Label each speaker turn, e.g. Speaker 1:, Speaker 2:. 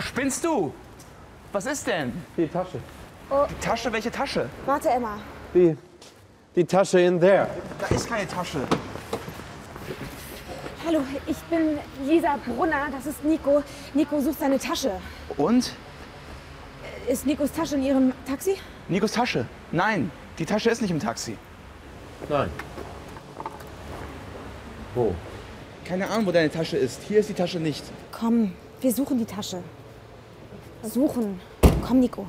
Speaker 1: Spinnst du? Was ist denn?
Speaker 2: Die Tasche.
Speaker 1: Die Tasche? Welche Tasche?
Speaker 3: Warte, Emma.
Speaker 2: Die, die Tasche in there.
Speaker 1: Da ist keine Tasche.
Speaker 3: Hallo, ich bin Lisa Brunner. Das ist Nico. Nico sucht seine Tasche.
Speaker 1: Und?
Speaker 3: Ist Nikos Tasche in Ihrem Taxi?
Speaker 1: Nikos Tasche. Nein, die Tasche ist nicht im Taxi.
Speaker 2: Nein. Wo?
Speaker 1: Keine Ahnung, wo deine Tasche ist. Hier ist die Tasche nicht.
Speaker 3: Komm, wir suchen die Tasche. Suchen. Komm, Nico.